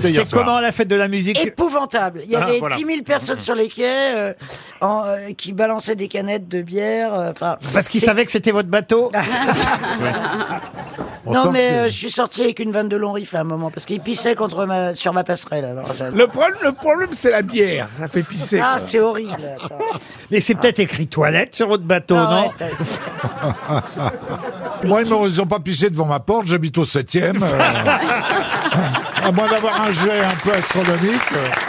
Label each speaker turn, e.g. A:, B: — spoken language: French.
A: C'était comment la fête de la musique
B: Épouvantable. Il y
A: Ah,
B: avait
A: voilà.
B: 10 000 personnes sur les quais euh, en, euh, qui balançaient des canettes de bière. euh, Enfin,
A: Parce qu'ils
B: c'est-
A: savaient que c'était votre bateau On
B: Non,
A: sent
B: mais
A: que-
B: euh, je suis sorti avec une vanne de long riff à un moment parce qu'il pissait contre ma, sur ma passerelle. Alors, ça-
C: Le problème, le problème c'est la bière. Ça fait pisser.
B: ah,
C: quoi.
B: c'est horrible. Attends.
A: Mais c'est peut-être écrit toilette sur votre bateau,
B: Ah,
A: non
B: ouais, t'as-
D: Moi, ils m'ont- ils ont pas pissé devant ma porte, j'habite au 7 e À moins d'avoir un jet un peu astronomique. euh.